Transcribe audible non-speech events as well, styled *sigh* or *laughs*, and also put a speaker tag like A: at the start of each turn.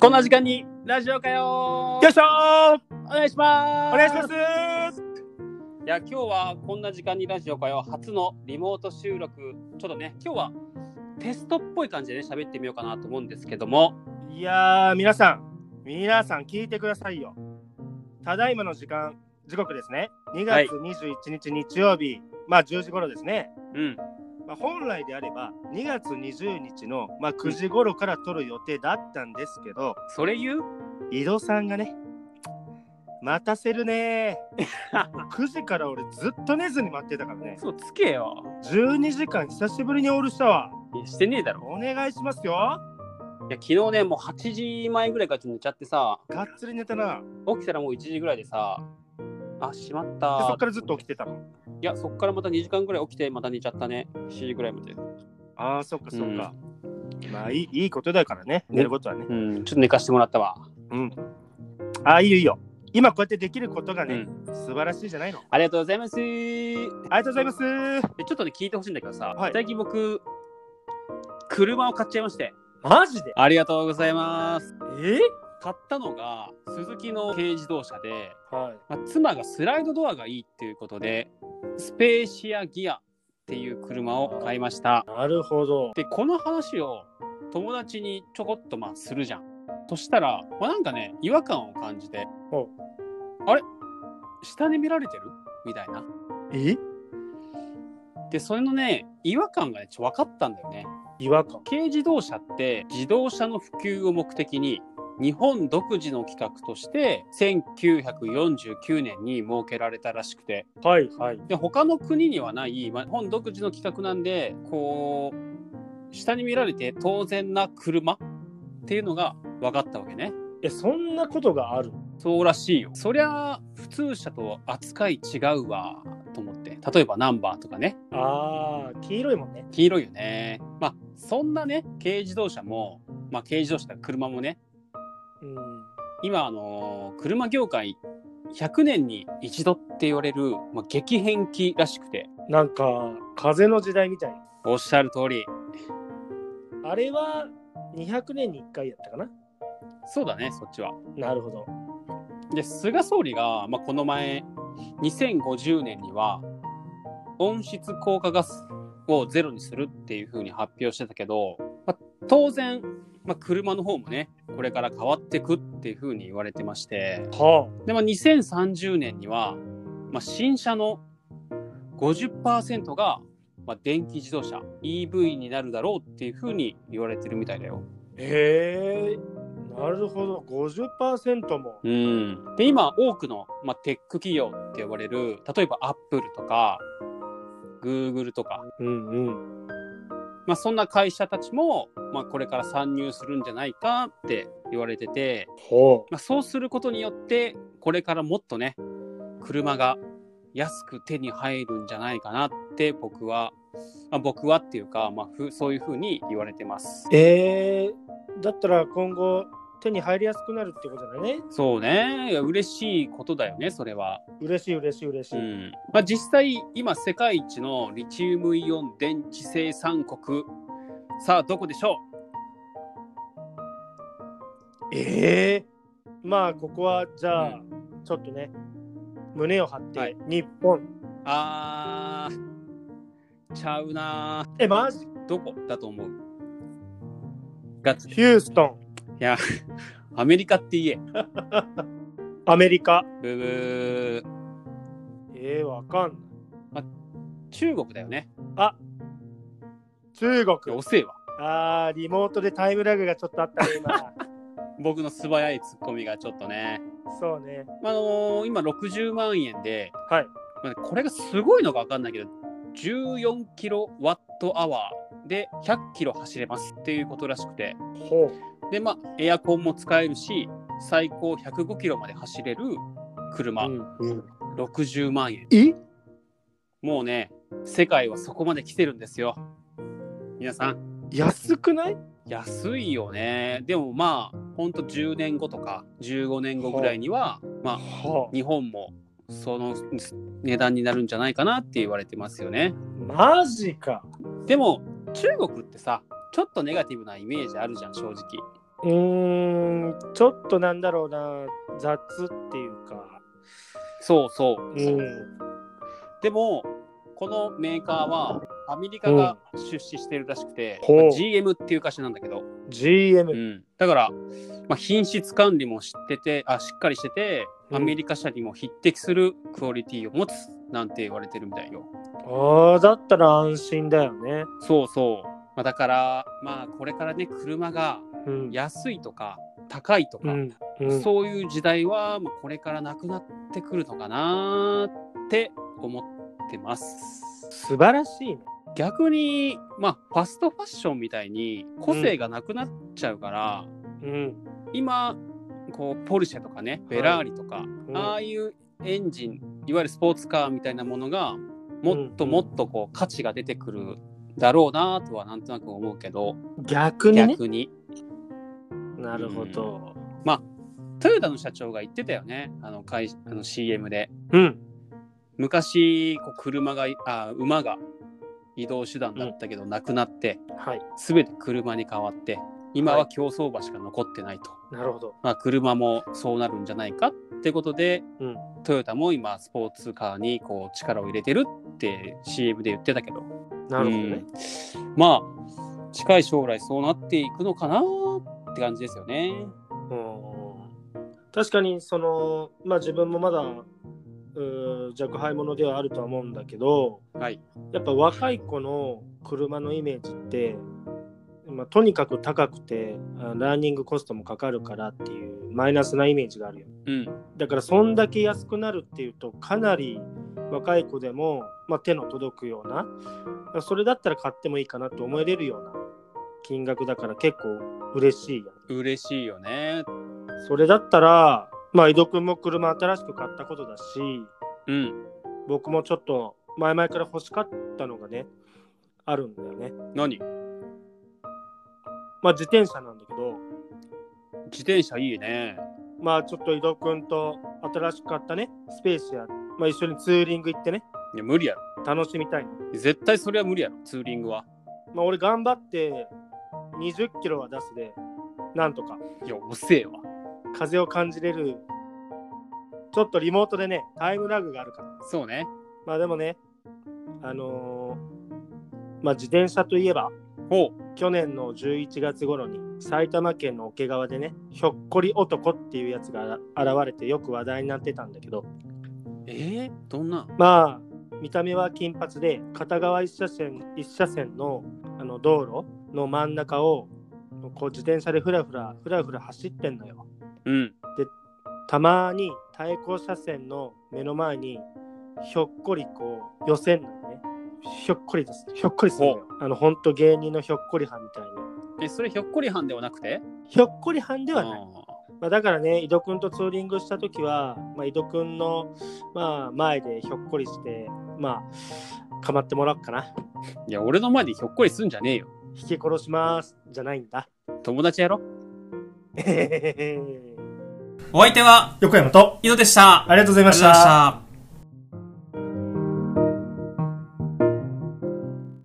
A: こんな時間にラジオかよ
B: よいしょー
A: お願いします
B: お願いします
A: いや今日はこんな時間にラジオかよ初のリモート収録ちょっとね今日はテストっぽい感じでね喋ってみようかなと思うんですけども
B: いやー、皆さん、皆さん聞いてくださいよ。ただいまの時間、時刻ですね。2月21日日曜日、まあ10時頃ですね。
A: うん
B: まあ、本来であれば、2月20日の、まあ、9時頃から撮る予定だったんですけど、
A: それ言う
B: 井戸さんがね、待たせるねー。9時から俺ずっと寝ずに待ってたからね。
A: そうつけよ
B: 12時間久しぶりにオールしたわ。
A: いやしてねえだろ
B: お願いしますよ。
A: いや昨日ねもう8時前ぐらいからちょっと寝ちゃってさ
B: がっつり寝たな。
A: 起きたらもう1時ぐらいでさあしまっ
B: でそ
A: た
B: っからずっと起きてたの。
A: いやそっからまた2時間ぐらい起きてまた寝ちゃったね7時ぐらいまで
B: ああ、そっかそっか。まあいい、いいことだからね、寝ることはね。
A: うんちょっと寝かしてもらったわ
B: うん。ああ、いいよいいよ。今こうやってできることが
A: う
B: ね、
A: ん
B: 素晴らしいじゃないの。
A: ありがとうございますえ
B: ありがとうございます。
A: ちょっとね聞いてほしいんだけどさ、
B: はい
A: 最近僕車を買っちゃいまして
B: マジで
A: ありがとうございます
B: え
A: 買ったのが鈴木の軽自動車で、
B: はい。
A: まあ、妻がスライドドアがいいっていうことでスペーシアギアっていう車を買いました
B: なるほど。
A: でこの話を友達にちょこっとまあするじゃんそしたら、まあ、なんかね違和感を感じて
B: ほう
A: あれ下に見られてるみたいな
B: え
A: でそれのね違和感がねちょ分かったんだよね
B: 違和感。
A: 軽自動車って自動車の普及を目的に日本独自の企画として1949年に設けられたらしくて
B: はいはい。
A: で他の国にはない、まあ、日本独自の企画なんでこう下に見られて当然な車っていうのが分かったわけね
B: え、そんなことがある
A: そうらしいよそりゃ普通車と扱い違うわと思って例えばナンバーとかね
B: ああ、黄色いもんね。
A: 黄色いよねまあそんなね軽自動車も、まあ、軽自動車とか車もね
B: うん。
A: 今あのー車業界100年に一度って言われる、まあ、激変期らしくて
B: なんか、風の時代みたい
A: おっしゃる通り
B: あれは200年に1回やったかな
A: そうだねそっちは
B: なるほど。
A: で菅総理が、まあ、この前2050年には温室効果ガスをゼロにするっていうふうに発表してたけど、まあ、当然、まあ、車の方もねこれから変わってくっていうふうに言われてまして
B: は
A: で、まあ、2030年には、まあ、新車の50%が、まあ、電気自動車 EV になるだろうっていうふうに言われてるみたいだよ。
B: あ。へえ、なるほど。50%も。
A: うん、で今多くの、まあ、テック企業って呼ばれる例えばアップルとかグーグルとか、
B: うんうん。
A: まあ、そんな会社たちも、まあ、これから参入するんじゃないかって言われてて、
B: ほう。
A: まあ、そうすることによってこれからもっとね車が安く手に入るんじゃないかなって僕は、まあ、僕はっていうか、まあ、ふそういうふうに言われてます。
B: えー、だったら今後手に入りやすくなるってことだね。
A: そうねいや嬉しいことだよねそれは。
B: 嬉しい嬉しい嬉し
A: う
B: い。
A: んまあ、実際今世界一のリチウムイオン電池生産国さあどこでしょ
B: えー、まあここはじゃあ、
A: う
B: ちょっとね胸を張って、
A: はい
B: 日本。
A: うあーちゃうな
B: えマジ
A: ーどこだと思うガッツい
B: ヒューストン
A: やアメリカって言え
B: アメリカ。
A: ブブー
B: えー、わかんない。
A: 中国だよね
B: 中
A: いや
B: 国。
A: 遅えわ
B: あーリモートでタイムラグがちょっとあったね
A: *laughs*
B: 今。
A: 僕の素早いツッコミがちょっとね、
B: そうね。
A: あのー今60万円で
B: はい。
A: まあこれがすごいのか分かんないけど14キロワットアワーで100キロ走れますっていうことらしくて
B: ほう。
A: でまあエアコンも使えるし最高105キロまで走れる車、
B: うんうん、
A: 60万円
B: え
A: もうね世界はそこまで来てるんですよ皆さん
B: 安くない
A: 安いよねでもまあほんと10年後とか15年後ぐらいにはまあ
B: は
A: 日本もその値段になるんじゃないかなって言われてますよね
B: あ、マジか。
A: でも中国ってさちょっとネガティブなイメージあるじゃん正直
B: うーん、ちょっとなんだろうな、雑っていうか、
A: そうそう。
B: うん、
A: でも、このメーカーはアメリカが出資してるらしくて、
B: ほう
A: まあ GM っていう会社なんだけど、う
B: GM、
A: ん、だから、まあ、品質管理も知っててあ、しっかりしてて、
B: うん
A: アメリカ車にも匹敵するクオリティを持つなんて言われてるみたいよ。
B: ああ、だったら安心だよね。
A: そうそう。まあ、だから、まあ、これからね、車が
B: うん、
A: 安いとか高いと
B: う
A: か、
B: ん、うん、
A: そういう時代は、まあ、これからなくなってくるのかなって思ってます。
B: 素晴らしいね。
A: 逆に、まあ、ファストファッションみたいに個性がなくなっちゃうから、
B: うん、
A: 今こうポルシェとかねフェラーリとか、
B: うん
A: ああいうエンジンいわゆるスポーツカーみたいなものがもっともっとこう価値が出てくるだろうなとはなんとなく思うけど
B: 逆にね。
A: 逆に
B: なるほど。
A: トヨタの社長が言ってたよねあの会あの CM で
B: うん、
A: 昔こう車があ馬が移動手段だったけどなくなって、
B: はい、
A: 全て車に変わって今
B: は
A: はい競走馬しか残ってないと、
B: なるほど。
A: まあ、車もそうなるんじゃないかってことで、
B: うん
A: トヨタも今スポーツカーにこう力を入れてるって CM で言ってたけど
B: なるほどね。
A: うんまあ近い将来そうなっていくのかなって感じですよね。
B: うん確かにそのまあ自分もまだうー若輩者ではあるとは思うんだけど
A: はい、
B: やっぱ若い子の車のイメージって、まあ、とにかく高くてあラーニングコストもかかるからっていうマイナスなイメージがあるよ
A: うん
B: だからそんだけ安くなるっていうとかなり若い子でも、まあ、手の届くようなそれだったら買ってもいいかなと思えれるような金額だから結構嬉しいやん
A: 嬉しいよね。
B: それだったら、まあ、井戸くんも車新しく買ったことだし、
A: うん
B: 僕もちょっと前々から欲しかったのがね、あるんだよね。
A: 何
B: まあ、自転車なんだけど、
A: 自転車いいね。
B: まあ、ちょっと井戸くんと新しく買ったね、スペーシア、まあ、一緒にツーリング行ってね、
A: いや無理やろ。
B: 楽しみたいな。
A: 絶対それは無理やろツーリングは。
B: まあ、俺頑張って20キロは出すで、なんとか
A: いや遅えわ。
B: 風を感じれる、ちょっとリモートでね、タイムラグがあるから。
A: そうね。
B: まあでもね、あのーまあ自転車といえば、
A: ほ
B: 去年の11月頃に埼玉県の桶川でね、ひょっこり男っていうやつが現れてよく話題になってたんだけど、
A: うえー、どんな
B: まあ見た目は金髪で片側一車線一車線のあの道路の真ん中をこう自転車でふらふらふらふら走ってんのよ。
A: うん
B: たまに対向車線の目の前にひょっこりこう寄せんのよね。ひょっこりです。ひょっこりするのよ。あのほんと芸人のひょっこりはんみたいに。
A: えそれひょっこりはんではなくて
B: ひょっこりはんではない。
A: あ
B: まあ、だからね、井戸くんとツーリングしたときは、まあ、井戸くんの、まあ、前でひょっこりして、まあ、かまってもらおうかな。
A: ーいや俺の前でひょっこりすんじゃねえよ
B: 引き殺しますじゃないん *laughs* だ。
A: 友達やろ
B: 横
A: お相手は
B: 山と、
A: 井戸でした
B: ありがとうございました。
A: た